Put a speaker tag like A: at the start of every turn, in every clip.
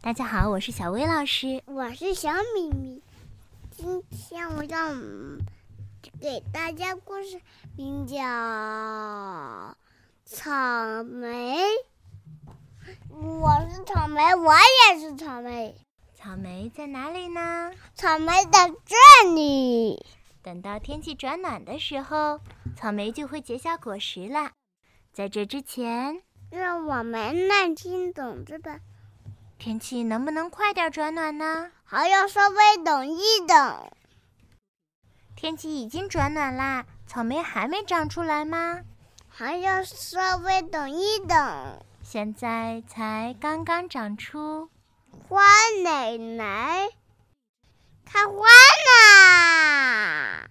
A: 大家好，我是小薇老师。
B: 我是小米米，今天我要嗯给大家故事名叫《草莓》。我是草莓，我也是草莓。
A: 草莓在哪里呢？
B: 草莓在这里，
A: 等到天气转暖的时候，草莓就会结下果实了。在这之前，
B: 让我们耐心等着吧，
A: 天气能不能快点转暖呢？
B: 还要稍微等一等。
A: 天气已经转暖啦，草莓还没长出来吗？
B: 还要稍微等一等，
A: 现在才刚刚长出。
B: 花奶奶开花啦，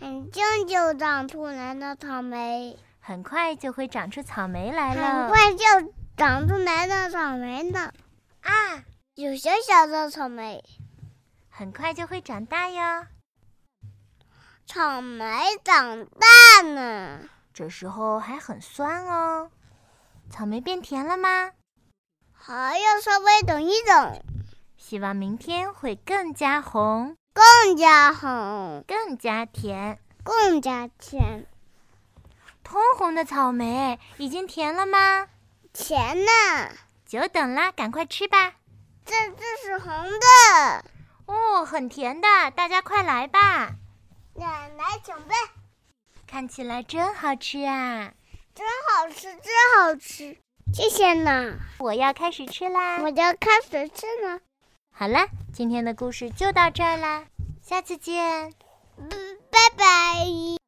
B: 很近就长出来了草莓，
A: 很快就会长出草莓来
B: 很
A: 了。
B: 快就长出来了草莓呢，
A: 啊，
B: 有小小的草莓，
A: 很快就会长大哟。
B: 草莓长大呢，
A: 这时候还很酸哦。草莓变甜了吗？
B: 还要稍微等一等，
A: 希望明天会更加红，
B: 更加啊红，啊
A: 更加甜。
B: 更加甜，
A: 通红的草莓已经甜了吗？
B: 甜呢，
A: 久等啦，赶快吃吧。
B: 这这是红的，
A: 哦，很甜的，大家快来吧！
B: 奶奶请呗，
A: 看起来真好吃啊！
B: 真好吃，真好吃，谢谢呢。
A: 我要开始吃啦。
B: 我要开始吃呢。
A: 好啦，今天的故事就到这儿啦，下次见。
B: 嗯，拜拜。